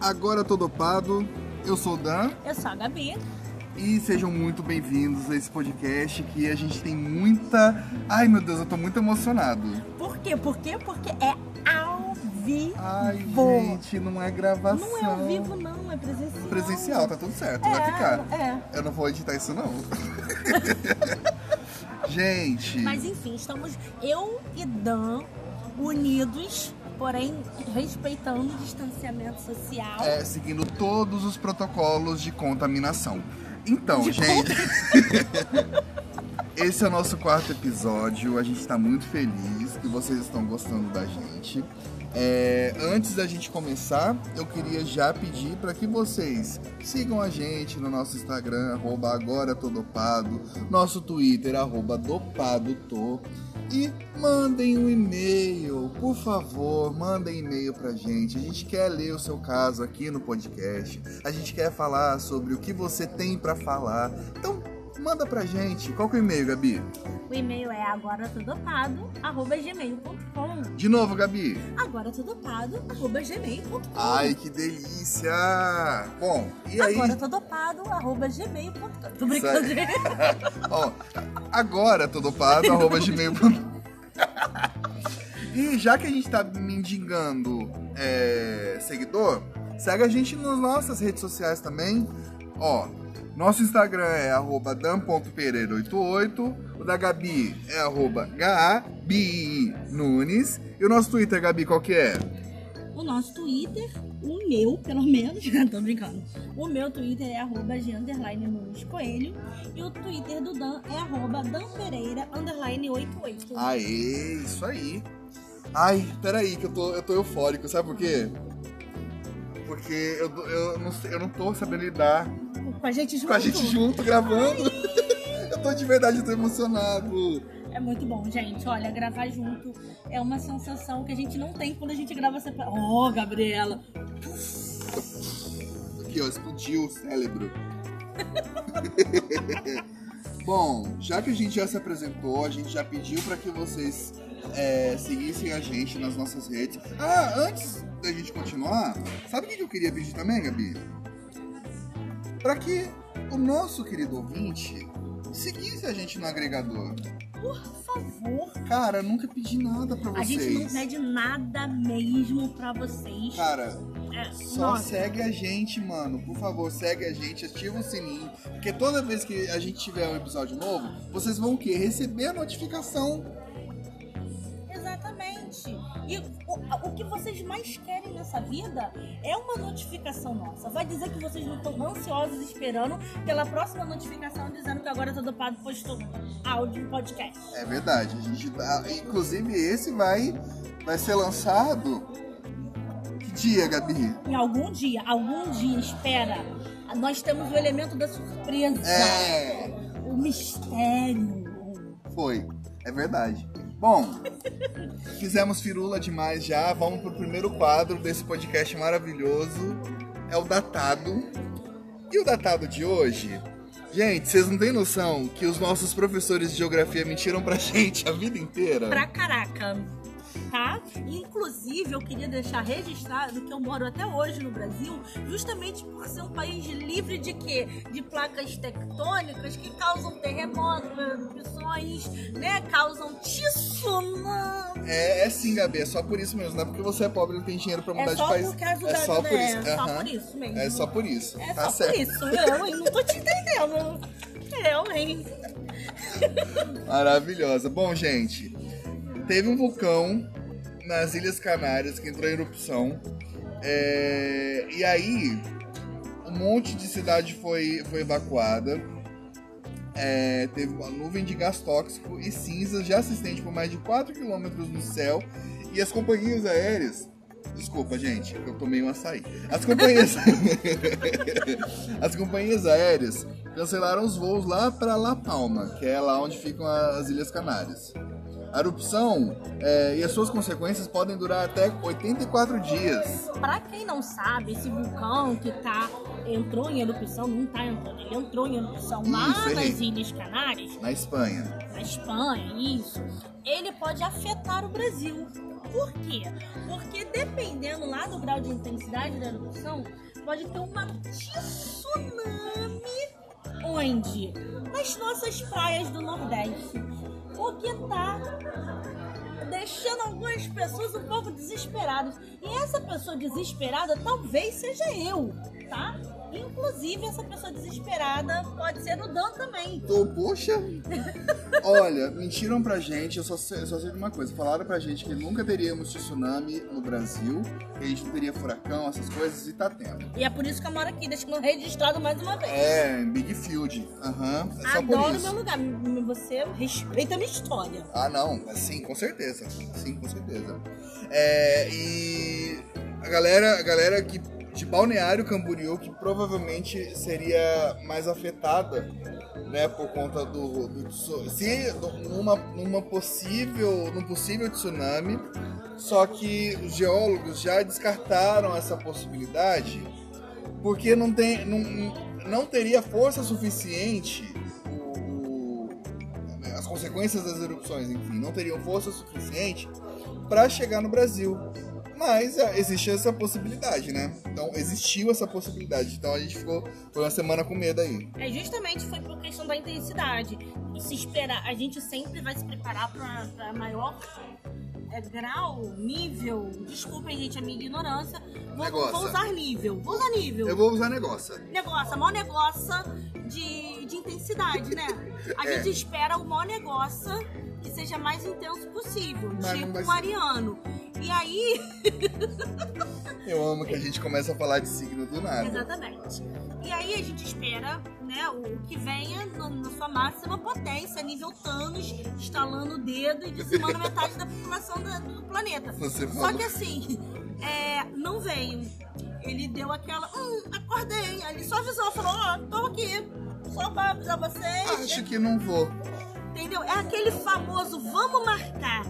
Agora eu tô dopado. Eu sou o Dan Eu sou a Gabi. e sejam muito bem-vindos a esse podcast que a gente tem muita. Ai meu Deus, eu tô muito emocionado. Por quê? Por quê? Porque é ao vivo. Ai, gente, não é gravação. Não é ao vivo, não, é presencial. Presencial, tá tudo certo, É, vai ficar. é. Eu não vou editar isso não. gente, Mas enfim, estamos eu e Dan unidos, porém respeitando o distanciamento social. é, seguindo todos os protocolos de contaminação. Então, De gente. Esse é o nosso quarto episódio. A gente está muito feliz que vocês estão gostando da gente. É, antes da gente começar, eu queria já pedir para que vocês sigam a gente no nosso Instagram, arroba agora tô dopado, nosso Twitter, arroba dopado tô, e mandem um e-mail, por favor, mandem e-mail pra gente. A gente quer ler o seu caso aqui no podcast, a gente quer falar sobre o que você tem para falar. Então, manda pra gente. Qual que é o e-mail, Gabi? O e-mail é agora tudopado, arroba gmail.com. De novo, Gabi. Agora tudopado, arroba gmail.com. Ai, que delícia! Bom, e aí? Agora tudopado, arroba gmail.com. Tô brincando. Ó, agora tô dopado, arroba gmail.com. E já que a gente tá mendigando é, seguidor, segue a gente nas nossas redes sociais também. Ó, nosso Instagram é arroba dan.pereira88, o da Gabi é arroba Gabi Nunes, e o nosso Twitter, Gabi, qual que é? o nosso Twitter, o meu, pelo menos, tô brincando. O meu Twitter é arroba G underline Nunes Coelho e o Twitter do Dan é arroba Dan Pereira underline 88. Ah, Aê, isso aí. Ai, peraí, que eu tô, eu tô eufórico, sabe por quê? Porque eu, eu, não, sei- eu não tô sabendo lidar Com a gente junto. com a gente junto gravando. Eu tô de verdade, eu tô emocionado. É muito bom, gente. Olha, gravar junto é uma sensação que a gente não tem quando a gente grava separado. Oh, Gabriela. Aqui, ó, explodiu o cérebro. Bom, já que a gente já se apresentou, a gente já pediu pra que vocês é, seguissem a gente nas nossas redes. Ah, antes da gente continuar, sabe o que eu queria pedir também, Gabi? Pra que o nosso querido ouvinte seguisse a gente no agregador. Por favor. Cara, eu nunca pedi nada pra A vocês. gente não pede nada mesmo pra vocês. Cara, É, Só nossa. segue a gente, mano. Por favor, segue a gente, ativa o sininho. Porque toda vez que a gente tiver um episódio novo, vocês vão o quê? Receber a notificação. Exatamente. E o, o que vocês mais querem nessa vida é uma notificação nossa. Vai dizer que vocês não estão ansiosos esperando pela próxima notificação dizendo que agora todo pago postou áudio podcast. É verdade. A gente tá. Inclusive, esse vai, vai ser lançado. Que dia, Gabi? Em algum dia, algum dia, espera, nós temos o elemento da surpresa, É. o mistério. Foi. É verdade. Bom, fizemos firula demais já. Vamos pro primeiro quadro desse podcast maravilhoso. É o datado. E o datado de hoje? Gente, vocês não têm noção que os nossos professores de geografia mentiram pra gente a vida inteira? pra caraca. Tá? Inclusive, eu queria deixar registrado que eu moro até hoje no Brasil, justamente por ser um país livre de quê? De placas tectônicas que causam terremotos, erupções, né? Causam tsunami. É, é sim, Gabi, é só por isso mesmo. Não é porque você é pobre e não tem dinheiro pra mudar É só de país. por causa é da. só né? por isso. É só Aham. por isso mesmo. É só por isso. É tá só certo. por isso. Eu, eu não tô te entendendo. Eu, hein? Maravilhosa. Bom, gente, teve um vulcão nas Ilhas Canárias que entrou em erupção. É, E aí, um monte de cidade foi, foi evacuada. É, teve uma nuvem de gás tóxico e cinzas já se estende por mais de 4 quilômetros no céu. E as companhias aéreas. Desculpa, gente, eu tomei um açaí. As companhias. as companhias aéreas cancelaram os voos lá para La Palma, que é lá onde ficam as Ilhas Canárias. A erupção eh, e as suas consequências podem durar até 84 dias. Pra quem não sabe, esse vulcão que tá, entrou em erupção, não tá entrando, ele entrou em erupção lá Isso, errei. nas Ilhas Canárias, Na Espanha. na Espanha, isso, ele pode afetar o Brasil. Por quê? Porque dependendo lá do grau de intensidade da erupção, pode ter uma tsunami onde? Nas nossas praias do Nordeste. O que tá deixando algumas pessoas um pouco desesperadas. E essa pessoa desesperada talvez seja eu, tá? Inclusive, essa pessoa desesperada pode ser o Dan também. Tô, poxa! Olha, mentiram pra gente, eu só, sei, eu só sei de uma coisa. Falaram pra gente que nunca teríamos tsunami no Brasil, que a gente não teria furacão, essas coisas, e tá tendo. E é por isso que eu moro aqui, deixando registrado mais uma vez. É, Big Field. Aham, é só por Adoro isso. meu lugar. M- Você respeita a minha história. Ah, não, sim, com certeza. Sim, com certeza. É, e a galera, a galera que, de Balneário Camboriú, que provavelmente seria mais afetada, né, por conta do, do tsu- se numa, numa possível, num possível tsunami. Só que os geólogos já descartaram essa possibilidade porque não tem, não, não teria força suficiente o- o- né? as consequências das erupções, enfim, não teriam força suficiente para chegar no Brasil. Mas ah, existe essa possibilidade, né? Então existiu essa possibilidade. Então a gente ficou foi uma semana com medo aí. É justamente foi por questão da intensidade. E se esperar, a gente sempre vai se preparar para maior é, grau, nível. Desculpem, gente, a minha ignorância. Vou, Negócio. vou usar nível. Vou usar nível. Eu vou usar um negócio. Negócio, a maior negócio de, de intensidade, né? A É. gente espera o maior negócio que seja mais intenso possível, Mas não tipo vai um ser. ariano. E aí, Eu amo que a gente começa a falar de signo do nada. exatamente. E aí a gente espera, né, o o que venha no- na sua máxima potência, nível Thanos, estalando o dedo e dizimando metade da população da- do planeta. Você Só falou. que assim, é, não veio. Ele deu aquela, hum, acordei. Aí ele só avisou, falou, ó, tô aqui. Só pra avisar vocês. Acho que não vou. Entendeu? É aquele famoso vamos marcar.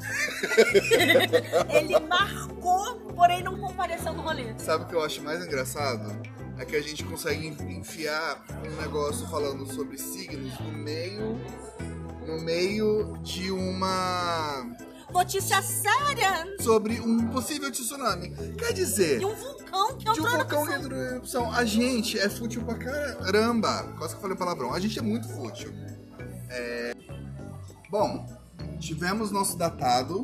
Ele marcou, porém não compareceu no rolê. Sabe o que eu acho mais engraçado? É que a gente consegue enfiar um negócio falando sobre signos no meio no meio de uma Notícia séria sobre um possível tsunami. Quer dizer, de um vulcão que de entrou um na vulcão que pessoa. entrou em erupção. A gente é fútil pra caramba. Quase que eu falei palavrão. A gente é muito fútil. É, Bom, tivemos nosso datado,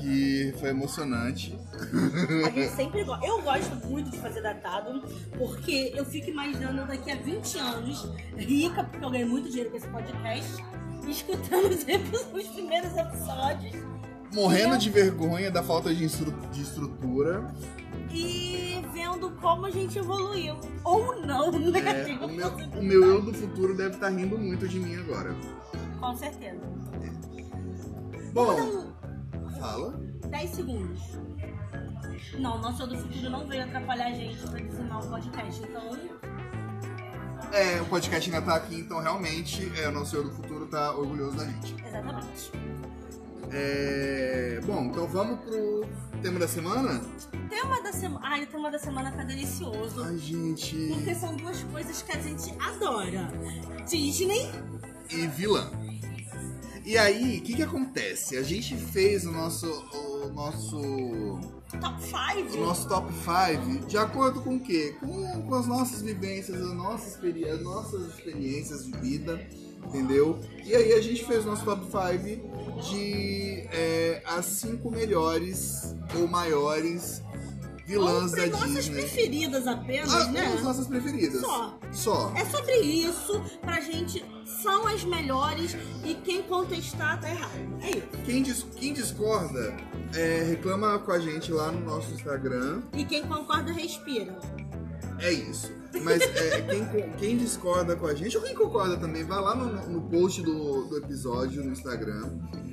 que foi emocionante. A gente sempre gosta. Eu gosto muito de fazer datado, porque eu fico imaginando daqui a 20 anos, rica, porque eu ganhei muito dinheiro com esse podcast, escutando os, epi- os primeiros episódios. Morrendo de vergonha da falta de, instru- de estrutura. E vendo como a gente evoluiu. Ou não, né? É, Tem o, meu, uma o meu eu do futuro deve estar rindo muito de mim agora. Com certeza. Bom, Então, fala. 10 segundos. Não, o nosso Eu do futuro não veio atrapalhar a gente pra dizimar o podcast. Então, É, o podcast ainda tá aqui, então realmente é, o nosso eu do futuro tá orgulhoso da gente. exatamente. É, Bom, então vamos pro tema da semana? Tema da semana. Ai, o tema da semana tá delicioso. Ai, gente. Porque são duas coisas que a gente adora: Disney E vilã. E aí, o que que acontece? A gente fez o nosso... O nosso... Top O 5. nosso top 5 de acordo com o quê? Com, com as nossas vivências, as nossas, experi- as nossas experiências de vida, entendeu? E aí a gente fez o nosso top 5 de é, as 5 melhores ou maiores vilãs da Compre nossas Disney. preferidas apenas, Ah, né? as nossas preferidas. Só. Só. É sobre isso, pra gente são as melhores e quem contestar tá errado. É isso. Quem, dis- quem discorda, é, reclama com a gente lá no nosso Instagram. E quem concorda respira. É isso. Mas é, quem, co- quem discorda com a gente, ou quem concorda também, vai lá no, no post do, do episódio no Instagram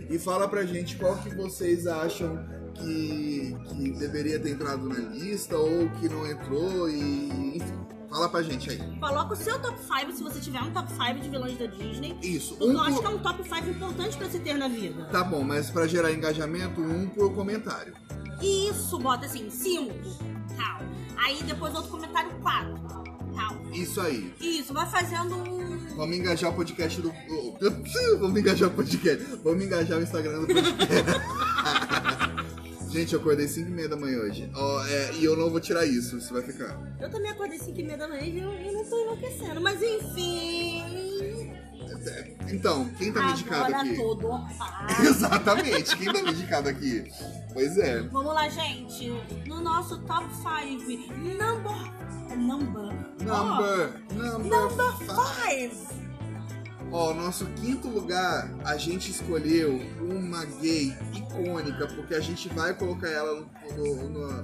e fala pra gente qual que vocês acham que, que deveria ter entrado na lista ou que não entrou e enfim. Fala pra gente aí. Coloca o seu top 5 se você tiver um top 5 de vilões da Disney. Isso. Porque Um eu acho que é por- um top 5 importante pra se ter na vida. Tá bom, mas pra gerar engajamento, um por comentário. Isso, bota assim, 5, tal. Aí depois outro comentário, 4, tal. Isso aí. Isso, vai fazendo um... Vamos engajar o podcast do. Vamos engajar o podcast. Vamos engajar o Instagram do podcast. Gente, eu acordei 5 e meia da manhã hoje. Ó, é, e eu não vou tirar isso, isso vai ficar. Eu também acordei 5 e meia da manhã e eu, eu não tô enlouquecendo. Mas enfim. Então, quem tá medicado Ah, agora aqui? todo ocupado. Exatamente, quem tá medicado aqui? Pois é. Vamos lá, gente. No nosso top 5, number. É number. Number, Oh, number, number five. 5. Ó, nosso quinto lugar, a gente escolheu uma gay icônica, porque a gente vai colocar ela no, no- no-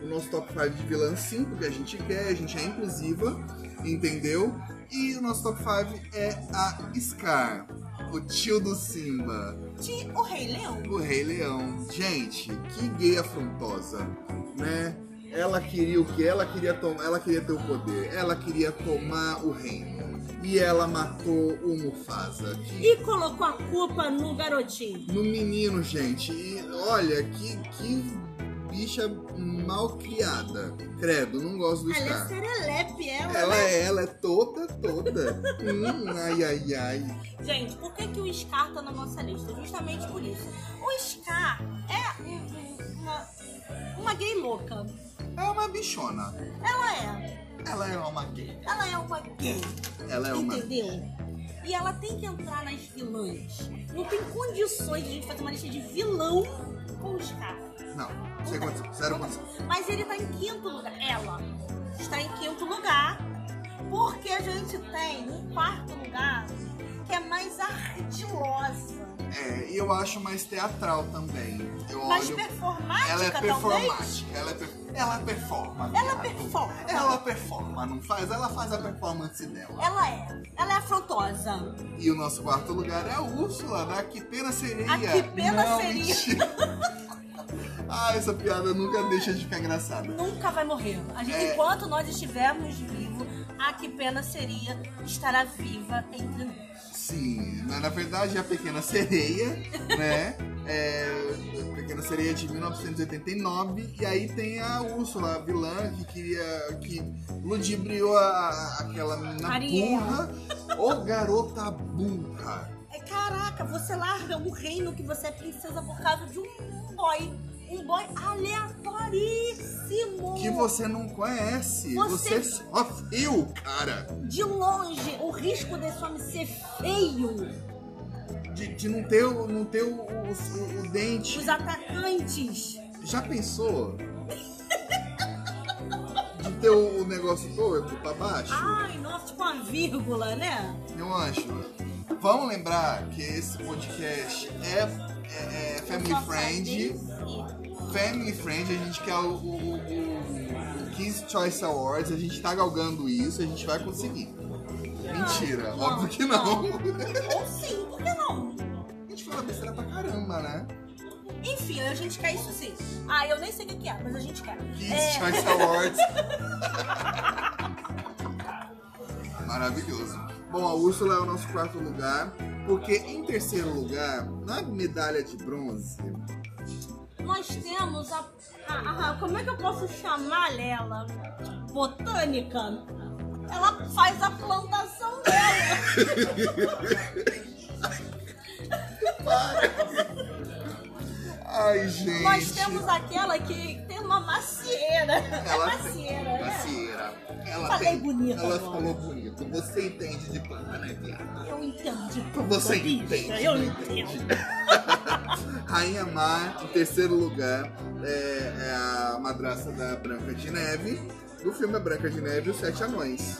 no nosso top 5 de vilã 5, que a gente quer, a gente é inclusiva, entendeu? E o nosso top 5 é a Scar, o tio do Simba, De O Rei Leão. o Rei Leão. Gente, que gay afrontosa, né? Ela queria o que? Ela queria, tom- ela queria ter o poder, ela queria tomar o reino. E ela matou o Mufasa. Que E colocou a culpa no garotinho. no menino, gente. E olha, que, que bicha mal criada. Credo, não gosto do Ela é Scar. serelepe, ela. Ela né? é, ela é toda, toda. hum, ai, ai, ai. Gente, por que, que o Scar tá na nossa lista? Justamente por isso. O Scar é um- uma, uma gay louca. É uma bichona. Ela é. Ela é uma gay. Ela é uma gay. Ela é uma. Entendeu? E ela tem que entrar nas vilãs. Não tem condições de a gente fazer uma lista de vilão com o Scar. Não, sem condição, zero condição. Mas ele tá em quinto lugar. Ela está em quinto lugar. Porque a gente tem um quarto lugar que é mais ardilosa. É, e eu acho mais teatral também. Eu mais olho. performática, Ela é talvez. performática, ela, é per- ela performa. Ela viado. performa. Ela performa, não faz? Ela faz a performance dela. Ela é. Ela é afrontosa. E o nosso quarto lugar é a Úrsula, da Que Pena Seria. A Que Pena Não, Seria. mentira. ah, essa piada nunca deixa de ficar engraçada. Nunca vai morrer. A gente, É. enquanto nós estivermos vivos, a que pena seria estará viva entre nós. Sim, mas na verdade é a Pequena Sereia, né? É, a Pequena Sereia de 1989. E aí tem a Úrsula, a vilã que queria. que ludibriou a, a- aquela menina Ariel. burra ou garota burra. É, caraca, você larga o reino que você é princesa por causa de um boy. Um boy aleatoríssimo. Que você não conhece, Você- você só viu, cara. De longe, o risco desse homem ser feio. de, de não ter, o- não ter o, o- o- o dente. Os atacantes. Já pensou? De ter o, o negócio torto pra baixo? Ai, nossa, tipo uma vírgula, né? Meu anjo, vamos lembrar que esse podcast é, é- é family Só friend. saber Family friend, a gente quer o, o, o, o Kids Choice Awards, a gente tá galgando isso, a gente vai conseguir. Mentira, não, óbvio que não. se- Ou sim, por que não? A gente fala besteira pra caramba, né? Enfim, a gente quer isso sim. Ah, eu nem sei o que que é, mas a gente quer. Kids É, Choice Awards. Maravilhoso. Bom, a Úrsula é o nosso quarto lugar, porque em terceiro lugar, na medalha de bronze, nós temos a, a- a- Como é que eu posso chamar ela? Botânica? Ela faz a plantação dela. ai gente, Nós temos aquela que tem uma macieira. É ela macieira, né? macieira. Ela Falei tem- bonito Ela agora. falou bonito. Você entende de planta, né, viado? Eu entendo. Você bicha, entende, Eu né? entendo. Rainha Mar, em terceiro lugar, é, é a madraça da Branca de Neve. Do filme Branca de Neve e os Sete Anões.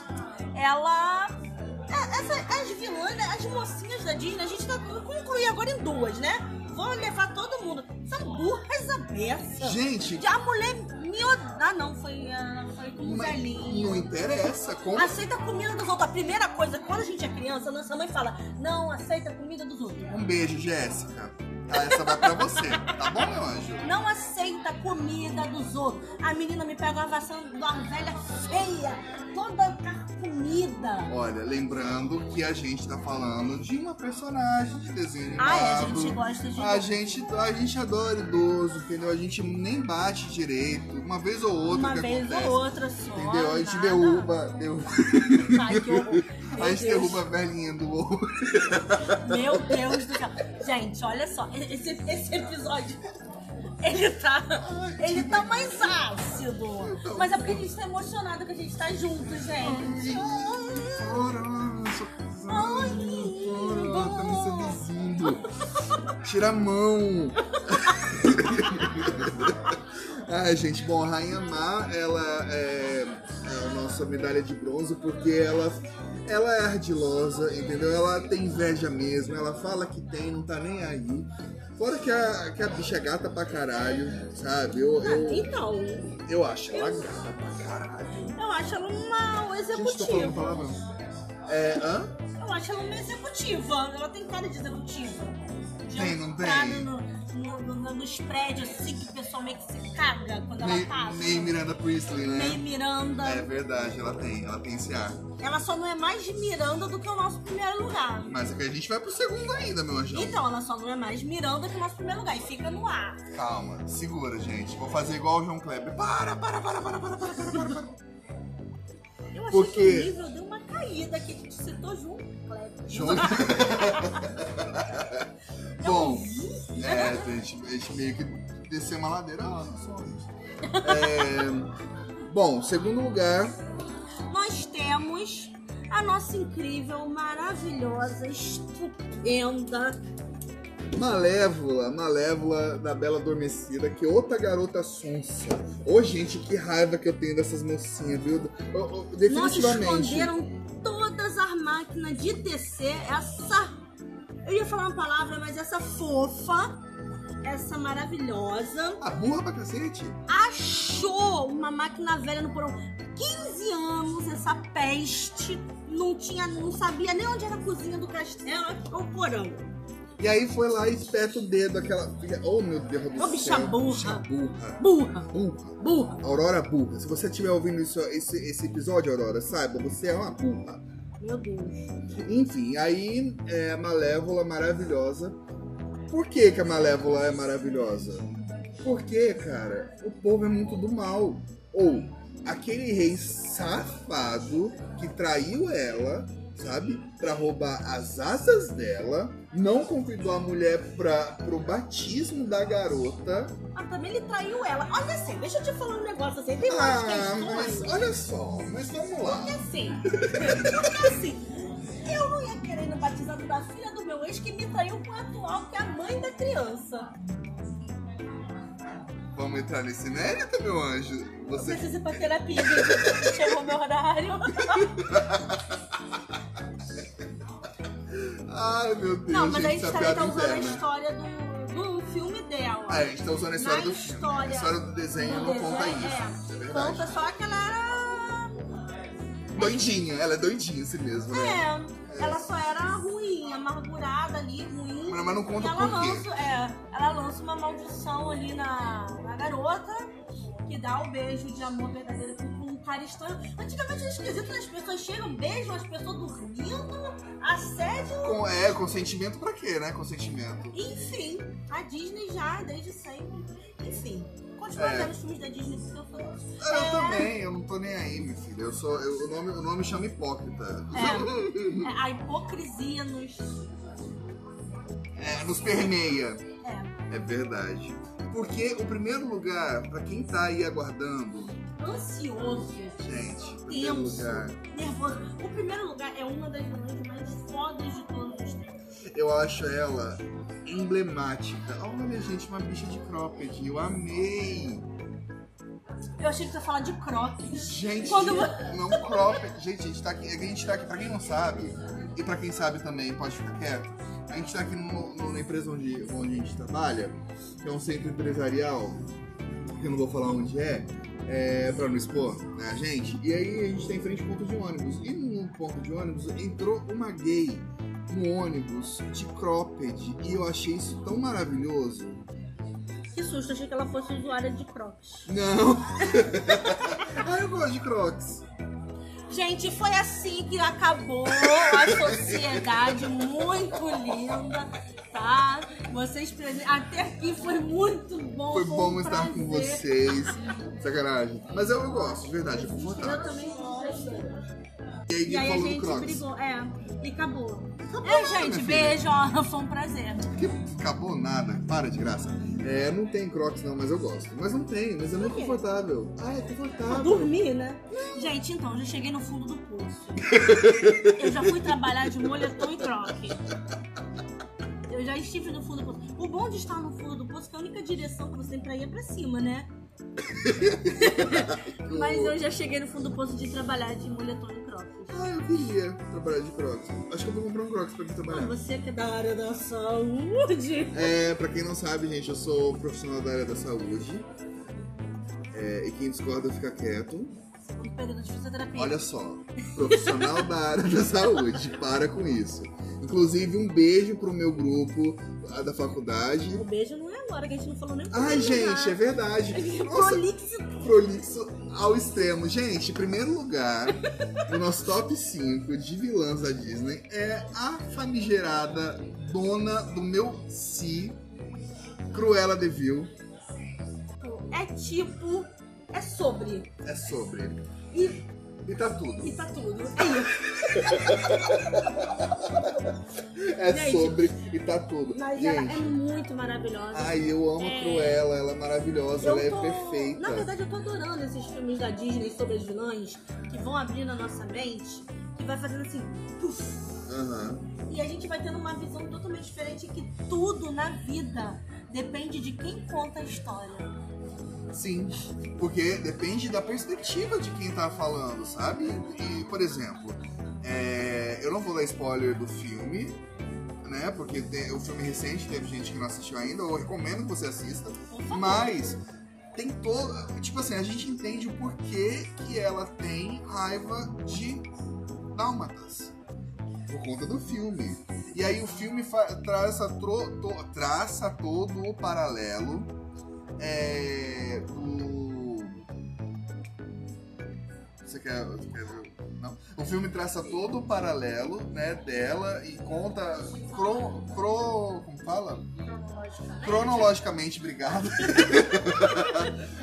Ela. é- Essa, as vilãs, né, as mocinhas da Disney, a gente tá concluir agora em duas, né? Vou levar todo mundo. São burras a beça. Gente, Já a mulher me odeia. Ah, não, foi, ah, foi com o Mas velhinho. Não interessa, como Aceita a comida dos outros. A primeira coisa, quando a gente é criança, nossa mãe fala: não aceita a comida dos outros. Um beijo, Jéssica. Ah, essa vai pra você, tá bom, meu anjo? Não aceita a comida dos outros. A menina me pega uma vação de uma velha feia, toda comida. Olha, lembrando que a gente tá falando de uma personagem de desenho Ah, é, a animado. gente gosta de- A gente, a gente adora idoso, entendeu? A gente nem bate direito, uma vez ou outra Uma que vez acontece. ou outra só. Entendeu? A gente nada. derruba, derruba. Ai, que horror. Meu a gente Deus. derruba a velhinha do ovo. Meu Deus do céu. Gente, olha só, esse, esse episódio Ele tá. Ele tá mais ácido. Mas é porque a gente tá emocionado que a gente tá junto, gente. Ora, só Ai, Ora, tá me seduzindo. Tira a mão. Ai, gente, bom, a Rainha Má, ela é, é a nossa medalha de bronze porque ela, ela é ardilosa, entendeu? Ela tem inveja mesmo, ela fala que tem, não tá nem aí. Fora que a, que a bicha é gata pra caralho, sabe? Eu, Ah, eu, Então, eu acho ela gata pra caralho. eu acho ela um uma Gente, tô falando executiva. palavrão. É, hã? Eu acho ela uma executiva. Ela tem cara de executiva. De Tem, não tem? entrar no- no- no- no- nos prédios assim que o pessoal meio que se caga quando ela Meio- passa. Meio Miranda Priestley, né? Meio Miranda. É verdade, ela tem, ela tem esse ar. Ela só não é mais Miranda do que o nosso primeiro lugar. Mas é que a gente vai pro segundo ainda, meu anjão. Então, ela só não é mais Miranda que o nosso primeiro lugar. E fica no ar. Calma, segura, gente. Vou fazer igual o João Kleber. Para, para, para, para, para, para, para, para, para. Eu achei Porque- que o nível deu uma caída que a gente citou junto, Cleber. João- Eu Bom, vi. é, a gente, a gente meio que desceu uma ladeira. Ah, só isso. É, bom, segundo lugar, Nós temos a nossa incrível, maravilhosa, estupenda. Malévola, Malévola da Bela Adormecida, que outra garota sonsa. Ô, gente, que raiva que eu tenho dessas mocinhas, viu? Ô, ô, Nós definitivamente. esconderam todas as máquinas de tecer. Essa. Eu ia falar uma palavra, mas essa fofa, essa maravilhosa. A burra pra cacete. achou uma máquina velha no porão. 15 anos essa peste não tinha, não sabia nem onde era a cozinha do castelo ou o porão. E aí foi lá e espeta o dedo, aquela. filha- Oh meu Deus do Ô, bicha céu. burra. Bicha burra. Burra, Burra. burra. Aurora burra. Se você estiver ouvindo isso- esse, esse episódio, Aurora, saiba, você é uma burra. Meu Deus. Enfim, aí é a Malévola maravilhosa. Por que, que a Malévola é maravilhosa? Porque, cara, o povo é muito do mal. Ou aquele rei safado que traiu ela, sabe? Pra roubar as asas dela, não convidou a mulher pra, pro batismo da garota. Ah, também ele traiu ela. Olha assim, deixa eu te falar um negócio assim. Tem mais Ah, mas questões. olha só, mas vamos lá. Porque assim, porque assim, eu não ia querer ir no batizado da filha do meu ex que me traiu com a atual, que é a mãe da criança. Vamos entrar nesse mérito, meu anjo? Eu Você preciso ir pra terapia, gente. Chegou meu horário. Ai, meu Deus, Não, mas gente, aí a gente essa piada é também tá usando a interna. história do, do filme dela. Ah, a gente tá usando a história Na do filme. história a história do desenho Do não conta desenho, isso. É, É, verdade. conta só que ela era. Doidinha, ela é doidinha assim mesmo, né? É, ela só era ruim, amargurada ali, ruim. Mas- mas não conta e ela por quê. lança, é, ela lança uma maldição ali na, na garota, que dá o beijo de amor verdadeiro com com um cara estranho. Antigamente era esquisito, né? as pessoas chegam, beijam as pessoas dormindo, assédio. Com, é, consentimento pra quê, né? Consentimento. Enfim, a Disney já, desde sempre. Enfim, continua É. vendo os filmes da Disney que eu falando. Ah, Eu também, eu não tô nem aí, meu filho. Eu sou, eu- o, nome, o nome chama hipócrita. É, a hipocrisia nos. É, nos permeia. É, É verdade. Porque o primeiro lugar, pra quem tá aí aguardando, ansioso, gente, o primeiro tenso, lugar, nervoso. O primeiro lugar é uma das vilãs mais fodas de todos os tempos. eu acho ela emblemática. Olha, gente, uma bicha de cropped. Eu amei. Eu achei que você ia falar de crocs. Gente, Quando não cropped. Gente, a gente tá aqui, a gente tá aqui, pra quem não sabe, e pra quem sabe também, pode ficar quieto. A gente tá aqui no, no- na empresa onde, onde a gente trabalha, que é um centro empresarial, que eu não vou falar onde é, é pra não expor, né, gente? E aí a gente tá em frente ao ponto de ônibus. E no ponto de ônibus entrou uma gay no ônibus de cropped, e eu achei isso tão maravilhoso. Que susto, achei que ela fosse usuária de crocs. Não! ah, eu gosto de crocs. Gente, foi assim que acabou a sociedade muito linda, tá? Vocês presen- até aqui foi muito bom. Foi bom um estar com prazer. vocês. Sacanagem. Mas eu, eu gosto, de verdade, é Eu confortável. também gosto. E aí, E aí a falou do gente Crocs. brigou. É. E acabou. Acabou É, nada, minha gente, filha. beijo, ó, foi um prazer. Que acabou nada, para de graça. É, não tem crocs não, mas eu gosto. Mas não tem, mas é muito quê? confortável. Ah, é confortável. Dormir, né? Gente, então, já cheguei no fundo do poço. Eu já fui trabalhar de moletom e croque. Eu já estive no fundo do poço. O bom de estar no fundo do poço é que a única direção que você tem pra ir é pra cima, né? Mas eu já cheguei no fundo do poço de trabalhar de moletom e croque. Ah, eu queria trabalhar de crocs. Acho que eu vou comprar um crocs pra mim trabalhar. Você que é da área da saúde. É, pra quem não sabe, gente, eu sou profissional da área da saúde. É, e quem discorda fica quieto. Um período de fisioterapia. Olha só, profissional da área da saúde, para com isso. Inclusive, um beijo pro meu grupo a da faculdade. O beijo não é agora, que a gente não falou nem né? Ai, gente, é verdade. Nossa, Prolixo. prolixo ao extremo. Gente, em primeiro lugar, o nosso top 5 de vilãs da Disney é a famigerada dona do meu si, Cruella de Vil. É tipo, é sobre. É sobre. E E tá tudo. E tá tudo. É isso. É Gente. sobre e tá tudo. Mas ela é Gente, muito maravilhosa. ai, eu amo a É. Cruella, ela é maravilhosa, Eu ela é tô- perfeita. Na verdade, eu tô adorando esses filmes da Disney sobre os vilões que vão abrindo a nossa mente, que vai fazendo assim. puf, Aham. e a gente vai tendo uma visão totalmente diferente que tudo na vida depende de quem conta a história. Sim, porque depende da perspectiva de quem tá falando, sabe? E, por exemplo, é, eu não vou dar spoiler do filme, né? Porque tem- o filme recente teve gente que não assistiu ainda, eu recomendo que você assista. Por favor. Mas tem todo. Tipo assim, a gente entende o porquê que ela tem raiva de dálmatas. Por conta do filme. E aí o filme fa- traça, tro- to- traça todo o paralelo é, do. Você quer, você quer ver? Não. O filme traça todo o paralelo né, dela e conta. Cro, cro, como fala? Cronologicamente. Cronologicamente, obrigado.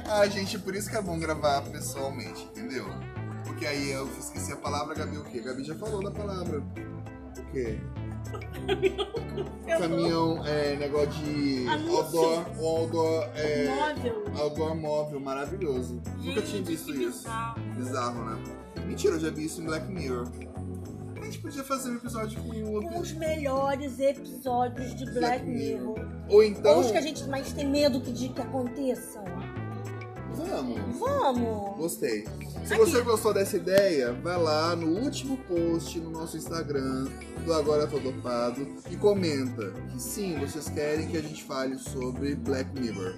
ah, gente, por isso que é bom gravar pessoalmente, entendeu? Porque aí eu esqueci a palavra, Gabi, o quê? Gabi já falou da palavra. O quê? Eu tô- Caminhão, é, negócio de Anúncio. outdoor, outdoor, é, Móvel. outdoor móvel, maravilhoso. Nunca Gente, tinha visto que isso. bizarro. Bizarro, né? Mentira, eu já vi isso em Black Mirror. A gente podia fazer um episódio com o Um dos melhores episódios de Black Black Mirror. Mirror. Ou então, Ou os que a gente mais tem medo que, de que aconteçam. vamos. Vamos! Gostei. Se Aqui. você gostou dessa ideia, vai lá no último post no nosso Instagram do Agora Tô Dopado e comenta que sim, vocês querem que a gente fale sobre Black Mirror.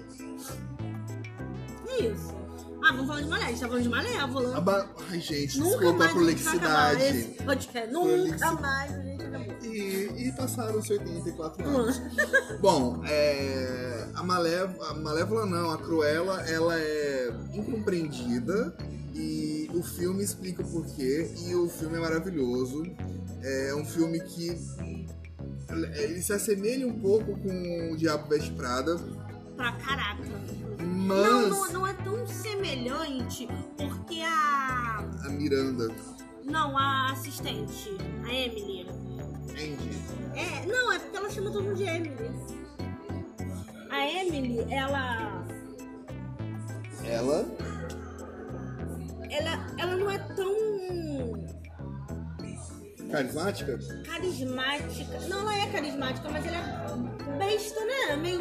É isso. Ah, vamos falar de Malé, já falando de Malévola. Aba... Ai, gente, Nunca desculpa a mais a gente vai acabar prolixidade. esse podcast. Nunca Prolixi- mais a gente acabou. E, e passaram-se 84 anos. Bom, é, a, Malévola, a Malévola não, a Cruella, ela é incompreendida e o filme explica o porquê e o filme é maravilhoso. É um filme que ele se assemelha um pouco com o Diabo Veste Prada, Pra caraca. mas Não, não, não é tão semelhante, porque a. a Miranda, Não, a assistente, a Emily. Andy, É, não, é porque ela chama todo mundo de Emily. A Emily, ela. ela Ela, ela não é tão. carismática? carismática. Não, ela é carismática, mas ela é besta, né? Meio.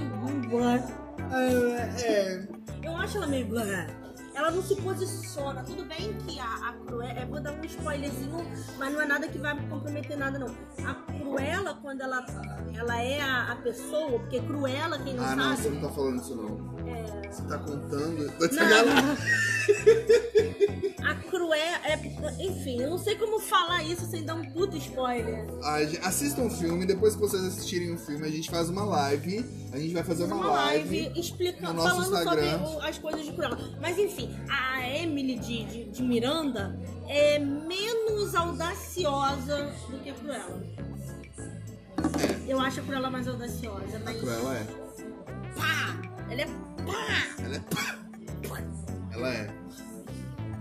É, é, Eu acho ela meio. é. Ela não se posiciona. Tudo bem que a, a Cruella. Eu vou dar um spoilerzinho, mas não é nada que vai me comprometer nada, não. A Cruella, quando ela, ela é a, a pessoa, porque Cruella, quem não Ah, não, você sabe. É. não tá falando isso não. Você tá contando. A Cruella. É, enfim, eu não sei como falar isso sem dar um puto spoiler. A gen- Assistam o filme, depois que vocês assistirem o filme, a gente faz uma live. A gente vai fazer uma, live. explicando, no nosso falando Instagram. sobre o- as coisas de Cruella. Mas enfim, a Emily de, de, de Miranda é menos audaciosa do que a Cruella. É. Eu acho a Cruella mais audaciosa, mas Ela é. pá! Ela é pá! Ela é. Ela é.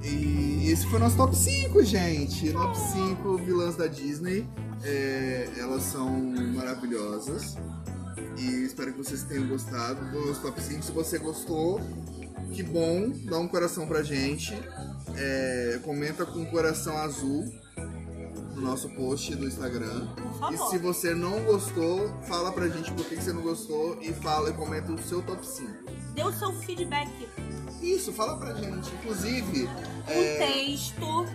E esse foi o nosso top 5, gente. Top 5 vilãs da Disney. É, elas são maravilhosas. E espero que vocês tenham gostado do nosso top 5. Se você gostou, que bom, dá um coração pra gente. É, comenta com o coração azul no nosso post do Instagram. Por E favor. se você não gostou, fala pra gente por que que você não gostou e fala e comenta o seu top 5. Dê o seu feedback. Isso, fala pra gente. Inclusive, Um texto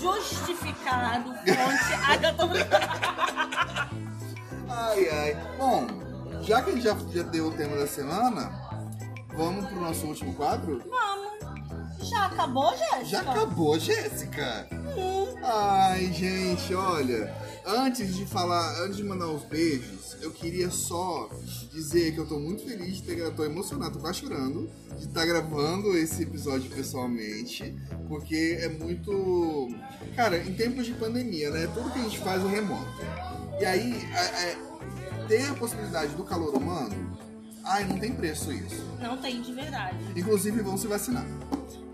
justificado, fonte. Ah, eu tô brincando. Ai, ai. Bom, já que a gente já, já deu o tema da semana, vamos pro nosso último quadro? Vamos. Já acabou, Jéssica? Já acabou, Jéssica! Hum. Ai, gente, olha. Antes de falar, antes de mandar os beijos, eu queria só dizer que eu tô muito feliz de ter gra- tô emocionado, tô quase chorando, de estar gravando esse episódio pessoalmente, porque é muito. Cara, em tempos de pandemia, né? Tudo que a gente faz é remoto. E aí, a- a- ter a possibilidade do calor humano, ai, não tem preço isso. Não tem de verdade. Inclusive, vão se vacinar.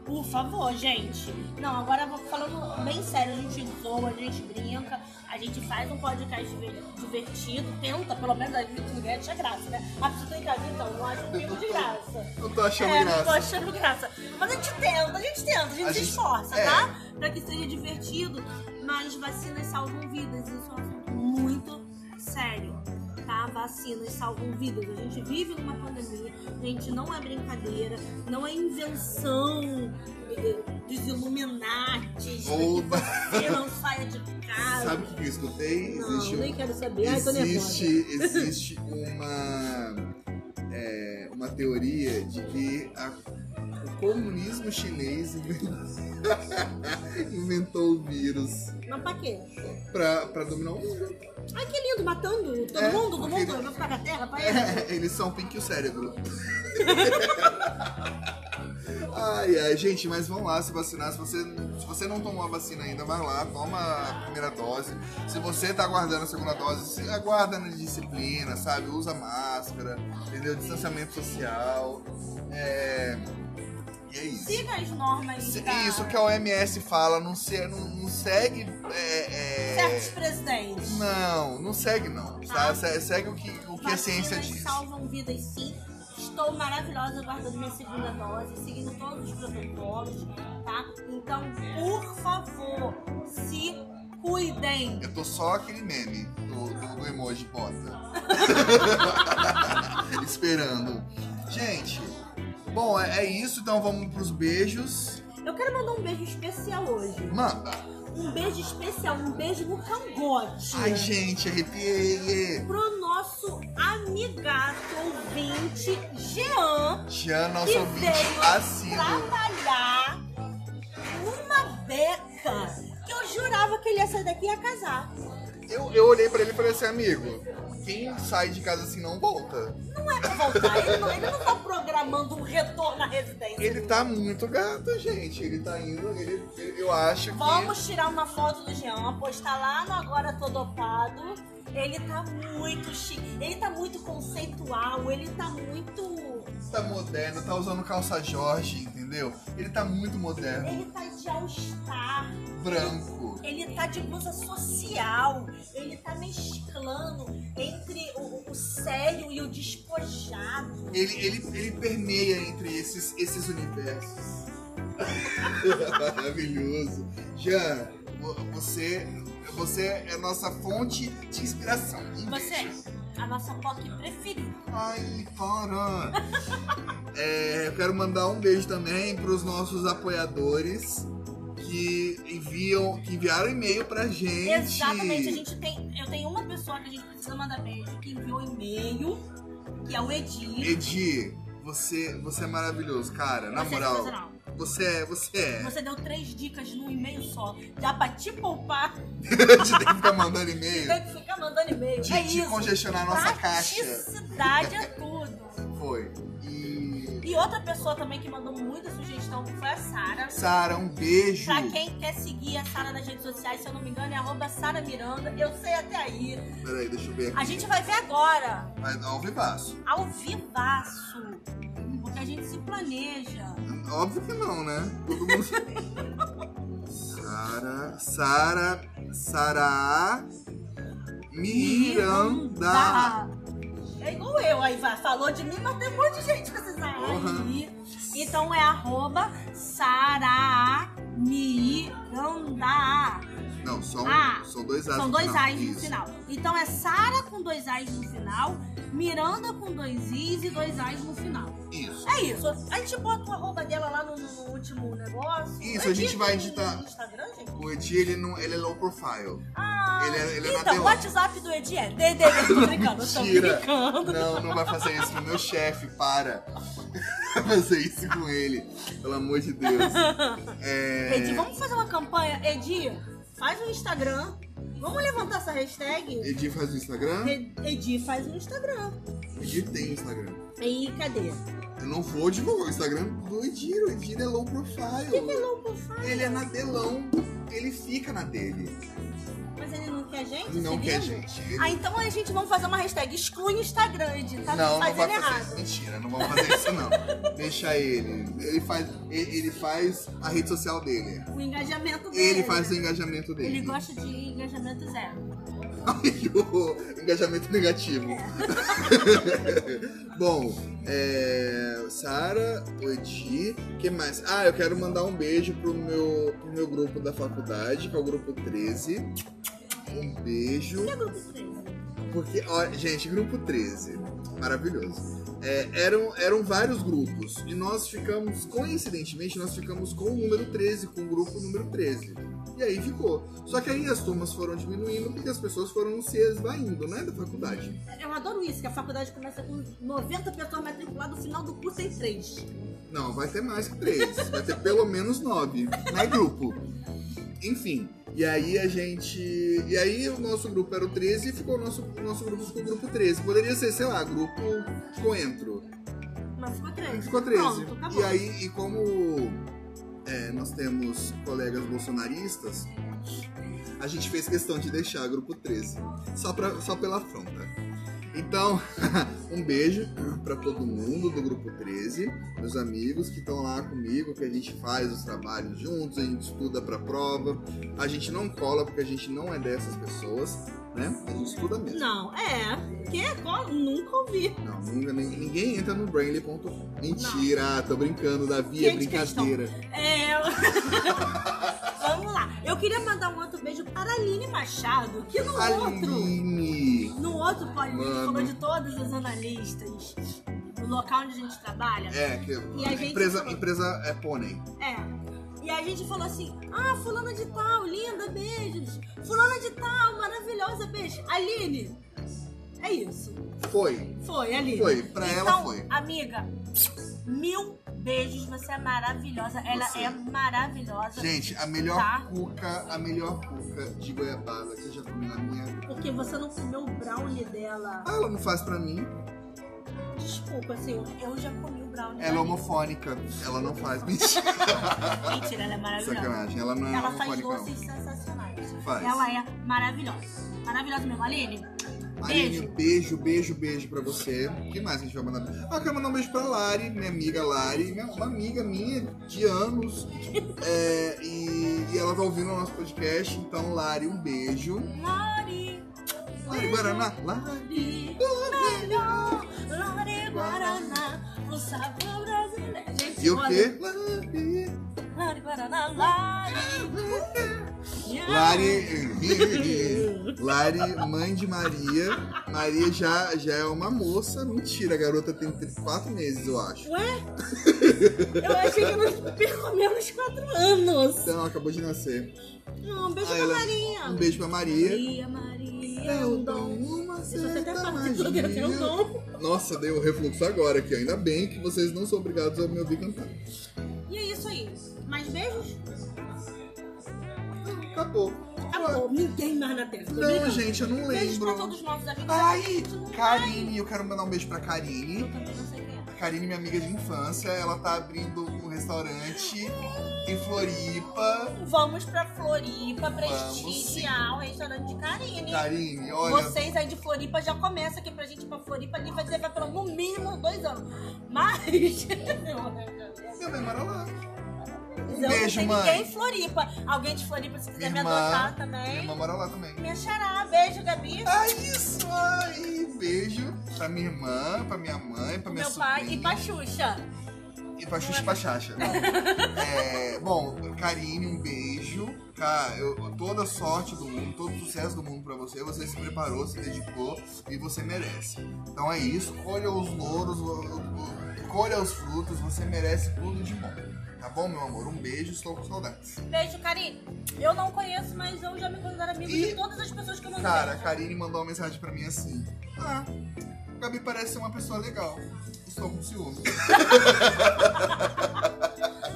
Por favor, gente. Não, agora eu vou falando bem sério, a gente zoa, a gente brinca, a gente faz um podcast diver- divertido, tenta, pelo menos a gente não ganha, tinha graça, né? A pessoa tá em casa, então, não acha um pingo de graça. Eu tô achando é, não tô graça. achando graça. Mas a gente tenta, a gente tenta, a gente A se gente- esforça, é. tá? Pra que seja divertido. Mas vacinas salvam vidas, isso é um assunto muito sério. Tá? Vacinas salvam vidas. A gente vive numa pandemia, gente, não é brincadeira, não é invenção eh, dos iluminatis, Ou da- que não saia de casa. Sabe o que eu escutei? não, Existe um nem quero saber. Ai, tô nervosa. existe, existe uma, é, uma teoria de que a- o comunismo chinês inven- inventou o vírus Mas pra quê? pra, pra dominar o mundo. Ai, que lindo, matando todo É, mundo, todo porque- mundo, vai ficar na terra, pra ele. É, eles são pink e o cérebro. Ai, ai, gente, mas vão lá se vacinar. Se você, se você não tomou a vacina ainda, vai lá, toma a primeira dose. Se você tá aguardando a segunda dose, se aguarda na disciplina, sabe? Usa máscara, entendeu? Distanciamento social. É. E é isso. Siga as normas Se- da... Isso que a OMS fala, não, se, não, não segue. é, é, certos presidentes. Não, não segue não. Tá. tá? Se- Segue o que, o que a Vacinas ciência diz. salvam vidas, sim. Estou maravilhosa guardando minha segunda dose, seguindo todos os protocolos, tá? Então, por favor, se cuidem. Eu tô só aquele meme do, do- do emoji bota. Esperando. Gente, bom, é, é isso. Então vamos pros beijos. Eu quero mandar um beijo especial hoje. Manda. Um beijo especial, um beijo no cangote. Ai, gente, arrepiei. Pro nosso amigato ouvinte, Jean. Jean, que né? nosso ouvinte veio assíduo. trabalhar numa beca que eu jurava que ele ia sair daqui e ia casar. Eu, eu olhei pra ele e falei assim, amigo, quem sai de casa assim não volta. Não é pra voltar, ele não, ele não tá programando um retorno à residência. Ele tá muito gato, gente. Ele tá indo, ele, ele- eu acho que... Vamos tirar uma foto do Jean, postar lá no Agora Tô Dopado. Ele tá muito chique, ele tá muito conceitual, ele tá muito. Tá moderno, tá usando calça Jorge, entendeu? Ele tá muito moderno, Ele tá de all-star. branco. Ele tá de blusa social, ele tá mesclando entre o, o sério e o despojado. Ele, ele, ele permeia entre esses, esses universos. Maravilhoso. Jean, vo- você, você é a nossa fonte de inspiração. Um Você, é. beijo. a nossa POC preferida. Ai, para. É, eu quero mandar um beijo também para os nossos apoiadores que enviam, que enviaram e-mail pra gente. Exatamente, a gente tem. Eu tenho uma pessoa que a gente precisa mandar beijo, que enviou e-mail, que é o Edir. Edi, você, você é maravilhoso, cara. Na Você é moral, sensacional. você é, você é. Você deu três dicas num e-mail só. Já pra te poupar, a gente tem que ficar mandando e-mail. tem que ficar mandando e-mail. de, é de isso. Tá congestionar a nossa caixa. Praticidade é tudo. Foi. E. E outra pessoa também que mandou muita sugestão foi a Sara. Sara, um beijo. Pra quem quer seguir a Sara nas redes sociais, se eu não me engano, é arroba Sara Miranda. Eu sei até aí. Peraí, deixa eu ver aqui. A gente vai ver agora, Vai dar um vivaço. ao vivaço. Porque a gente se planeja. Óbvio que não, né? Todo mundo. Sara. Sara. Sara A. Miranda. É igual eu, aí vai, falou de mim, mas tem um monte de gente com esses Porra. aí. Então é arroba Saramiranda. Não, só, um- Ah, são dois A's. São dois final. A's no Isso. final. Então é Sara com dois A's no final, Miranda com dois I's e dois A's no final. Isso. É isso. A gente bota o arroba dela lá no, no último negócio. Isso, É a gente dito vai no- editar. no Instagram, gente? O Edi, ele, não, ele é low profile. Ah, Ele é- ele é então, Matheus. o WhatsApp do Edi é DDD. Eu tô brincando, eu tô Mentira. brincando. Não, não vai fazer isso com o meu chefe, para. Vai fazer isso com ele. Pelo amor de Deus. É... Edi, vamos fazer uma campanha. Edi, faz um Instagram. Vamos levantar essa hashtag? Edi faz o Instagram? E- Edi faz um Instagram. Edi tem o Instagram. E cadê? Eu não vou divulgar o Instagram do Edir. O Edir é low Ele é profile. louco, faz. Ele é na delão. Ele fica na dele. Mas ele não quer gente? Não quer seguindo? gente. Ele- Ah, então a gente vamos fazer uma hashtag exclui o Instagram, Edi. Tá não, não fazendo vai fazer isso. errado. Mentira, não vamos fazer isso não. Deixa ele. Ele faz, ele, ele faz a rede social dele. O engajamento dele. Ele faz o engajamento dele. Ele gosta de engajamento zero. Ai, o engajamento negativo. Bom, é, Sara, o Edi, que mais? Ah, eu quero mandar um beijo pro meu, pro meu grupo da faculdade, que é o grupo 13. Um beijo. E é grupo 13? Porque, ó, gente, grupo 13, maravilhoso. É, eram, eram vários grupos e nós ficamos, coincidentemente, nós ficamos com o número 13, com o grupo número 13. E aí ficou. Só que aí as turmas foram diminuindo porque as pessoas foram se esvaindo, né, da faculdade. Eu adoro isso, que a faculdade começa com 90 pessoas matriculadas, no final do curso tem 3. Não, vai ter mais que 3, vai ter pelo menos 9, né, grupo? Enfim, e aí a gente. E aí o nosso grupo era o 13 e ficou o nosso, o nosso grupo ficou o grupo 13. Poderia ser, sei lá, grupo coentro. Mas ficou 13. Ficou 13. Pronto, acabou. e aí, e como é, nós temos colegas bolsonaristas, a gente fez questão de deixar grupo 13. Só, pra, só pela afronta. Então, um beijo pra todo mundo do grupo 13, meus amigos que estão lá comigo, que a gente faz os trabalhos juntos, a gente estuda pra prova, a gente não cola porque a gente não é dessas pessoas, né? A gente estuda mesmo. Não, é. Que? Qual? Nunca ouvi. Não, nunca, nem- ninguém entra no Brainly.com. Mentira, tô brincando, Davi, é Gente, brincadeira. É. Vamos lá. Eu queria mandar um outro beijo para a Aline Machado, que no outro. Aline! No outro podcast Mano. falou de todas as analistas. O local onde a gente trabalha. É, que E a gente empresa, falou. empresa é pônei. É. E a gente falou assim: ah, fulana de tal, linda, beijos. Fulana de tal, maravilhosa, beijo. Aline. É isso. Foi. Foi, Aline. Foi, pra então, ela foi. Amiga, mil beijos, você é maravilhosa. Ela Você. é maravilhosa. Gente, a melhor Tá. cuca, a melhor cuca de goiabada que eu já comi na minha vida. Porque você não comeu o brownie dela. Ah, ela não faz pra mim. Desculpa, senhor, eu já comi o brownie Ela é dela. homofônica. Ela não faz. Mentira. Mentira, ela é maravilhosa. Sacanagem. Ela não é Ela faz homofônica, não. doces sensacionais. Faz. Ela é maravilhosa. Maravilhosa mesmo. Aline, Aline, beijo, beijo, beijo pra você. O que mais a gente vai mandar? Ah, eu quero mandar um beijo pra Lari, minha amiga Lari, minha- uma amiga minha de anos. É, e, e ela tá ouvindo o nosso podcast, então Lari, um beijo. Lari, Lari Guaraná, Lari. Lari, melhor. Lari Guaraná, o sabor brasileiro. Gente, E o olha, quê? Lari. Lari Guaraná, Lari. Lari, Lari, mãe de Maria. Maria já, já é uma moça. Mentira, a garota tem tr- quatro meses, eu acho. Ué? Eu achei que ela pelo menos 4 anos. Então, ela acabou de nascer. Um beijo Ah, pra ela- Marinha. Um beijo pra Maria. Maria, Maria, É é um um dom, dom. uma Se você até certa fala que magia. tudo é um dom. Nossa, deu um refluxo agora aqui. Ainda bem que vocês não são obrigados a me ouvir cantar. E é isso aí. Mais beijos? Acabou. Acabou. Ninguém mais na Terra. Não, gente, eu não Beijos pra lembro. todos nós amigos. Ai, Eu também Karine, eu quero mandar um beijo pra Karine. não sei quem é. A Karine, minha amiga de infância, ela tá abrindo um restaurante em Floripa. Vamos pra Floripa Vamos, prestigiar o restaurante de Karine. Karine, olha. Vocês aí de Floripa já começa aqui pra gente ir pra Floripa. Ali vai dizer vai pelo no Um mínimo dois anos. Mas. Minha mãe mora lá. Mas eu beijo, não tenho ninguém mãe. em Floripa. Alguém de Floripa, se quiser Minha me irmã- adotar Minha também. irmã mora lá também. Me achará. Beijo, Gabi. Ah, isso! Ai, beijo pra minha irmã, pra minha mãe, pra minha meu sobrinha. pai e pra Xuxa. E pra Xuxa e pra Xaxa. É, bom, Karine, um beijo. Cara, eu, toda a sorte do mundo, todo o sucesso do mundo pra você. Você se preparou, se dedicou e você merece. Então é isso, colha os louros, o- o- o- colha os frutos, você merece tudo de bom. Tá bom, meu amor? Um beijo, estou com saudades. Beijo, Karine. Eu não conheço, mas eu já me considero amigo E- de todas as pessoas que eu mandei. Cara, a Karine mandou uma mensagem pra mim assim. Ah, Gabi parece ser uma pessoa legal. Estou com ciúme.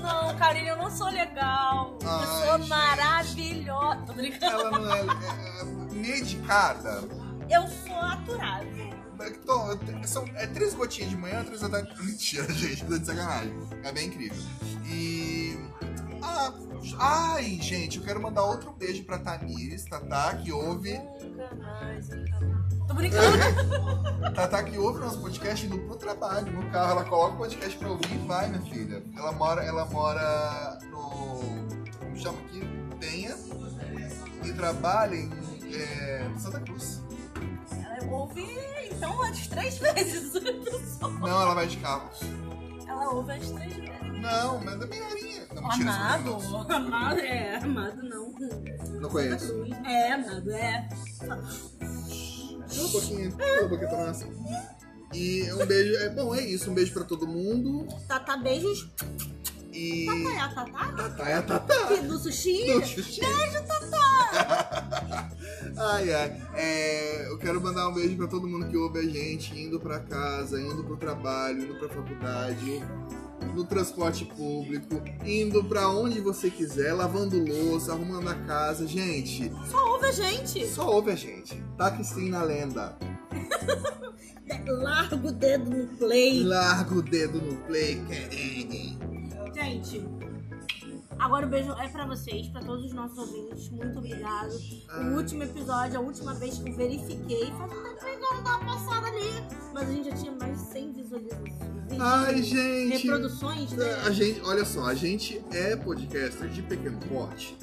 Não, Karine, eu não sou legal. Ai, eu sou gente. maravilhosa. Tô brincando. Ela não é, é, é medicada. Eu sou aturável. Então, são é três gotinhas de manhã, três da tarde. Mentira, gente, tô de sacanagem. É bem incrível. E. Ah, ai, gente, eu quero mandar outro beijo pra Tamires, Tatá, que ouve. Nunca mais, nunca mais. Tô brincando. Tatá que ouve nosso podcast indo pro trabalho, no carro. Ela coloca o podcast pra ouvir e vai, minha filha. Ela mora, ela mora no. Como chama aqui? Penha. E trabalha em é, Santa Cruz. Ela ouve, então, umas três vezes. Não, ela vai de carro. Ela ouve as três vezes. Não, mas é meia horinha. Não, mentira, isso não é Amado. nosso. Amado, é. Amado não. Não conheço. É, amado, é. Só um pouquinho. Só um pouquinho pra nós. E um beijo. É, bom, é isso. Um beijo pra todo mundo. Tata, beijos. E. Tata é a Tata? Tatá é a Tatá. Que do sushi? Do sushi. Beijo, Tata. Ai, ai. É, eu quero mandar um beijo pra todo mundo que ouve a gente, indo pra casa, indo pro trabalho, indo pra faculdade, no transporte público, indo pra onde você quiser, lavando louça, arrumando a casa. Gente, Só ouve a gente. só ouve a gente. Taque sim na lenda. Larga o dedo no play. Larga o dedo no play, querendo. Gente, agora o beijo é pra vocês, pra todos os nossos ouvintes. Muito obrigado. O último episódio, a última vez que eu verifiquei, "Tá faz até três horas da passada ali. Mas a gente já tinha mais de 100 visualizações. Ai, gente. É, Reproduções, A né? gente, olha só, a gente é podcaster de pequeno porte,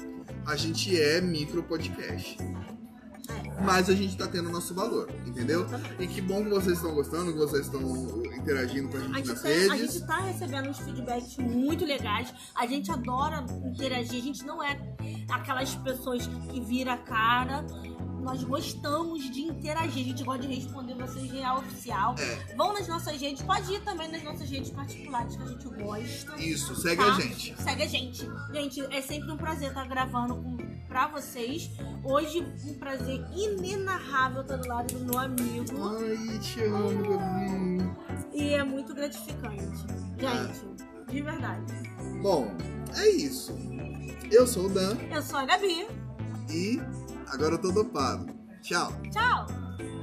a gente é micro podcast. É. Mas a gente tá tendo o nosso valor, entendeu? E que bom que vocês estão gostando, que vocês estão interagindo com a gente A gente, nas tá, a redes. gente tá recebendo uns feedbacks muito legais. A gente adora interagir. A gente não é aquelas pessoas que vira a cara. Nós gostamos de interagir. A gente gosta de responder vocês real oficial. É. Vão nas nossas redes. Pode ir também nas nossas redes particulares que a gente gosta. Isso, segue tá? a gente. Segue a gente. Gente, é sempre um prazer estar gravando com, pra vocês. Hoje, um prazer inenarrável estar do lado do meu amigo. Ai, te amo, Gabi. E é muito gratificante. Gente, de verdade. Bom, é isso. Eu sou o Dan Eu sou a Gabi. e agora eu tô dopado. Tchau. Tchau!